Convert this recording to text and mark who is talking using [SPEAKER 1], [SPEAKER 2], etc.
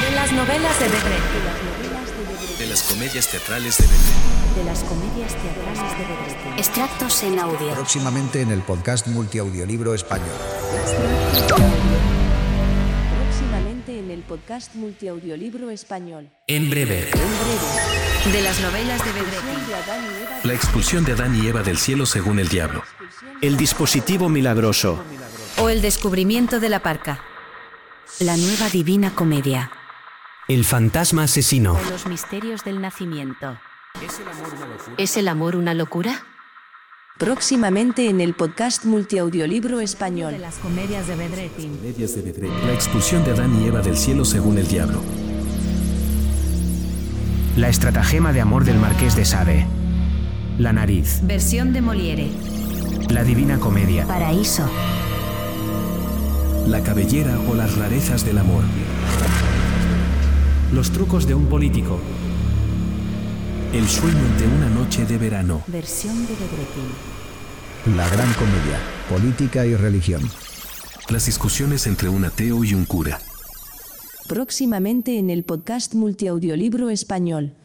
[SPEAKER 1] De las novelas de Vedré.
[SPEAKER 2] De las comedias teatrales de Vedré.
[SPEAKER 1] De las comedias teatrales de Vedré.
[SPEAKER 3] Extractos en audio.
[SPEAKER 4] Próximamente en el podcast Multiaudiolibro Español.
[SPEAKER 5] Próximamente en el podcast Multiaudiolibro Español.
[SPEAKER 2] En breve.
[SPEAKER 5] En breve.
[SPEAKER 1] De las novelas de Vedretti.
[SPEAKER 2] La expulsión de Adán y Eva del cielo según el diablo.
[SPEAKER 6] El dispositivo milagroso.
[SPEAKER 3] O el descubrimiento de la parca. La nueva divina comedia.
[SPEAKER 6] El fantasma asesino.
[SPEAKER 3] O los misterios del nacimiento. ¿Es el amor una locura?
[SPEAKER 5] Próximamente en el podcast Multiaudiolibro Español.
[SPEAKER 1] De las comedias de Vedretti.
[SPEAKER 2] La expulsión de Adán y Eva del cielo según el diablo.
[SPEAKER 6] La estratagema de amor del marqués de Sade. La nariz.
[SPEAKER 3] Versión de Moliere.
[SPEAKER 6] La divina comedia.
[SPEAKER 3] Paraíso.
[SPEAKER 2] La cabellera o las rarezas del amor.
[SPEAKER 6] Los trucos de un político.
[SPEAKER 2] El sueño de una noche de verano.
[SPEAKER 1] Versión de Bedretín.
[SPEAKER 4] La gran comedia. Política y religión.
[SPEAKER 2] Las discusiones entre un ateo y un cura
[SPEAKER 5] próximamente en el podcast Multiaudiolibro Español.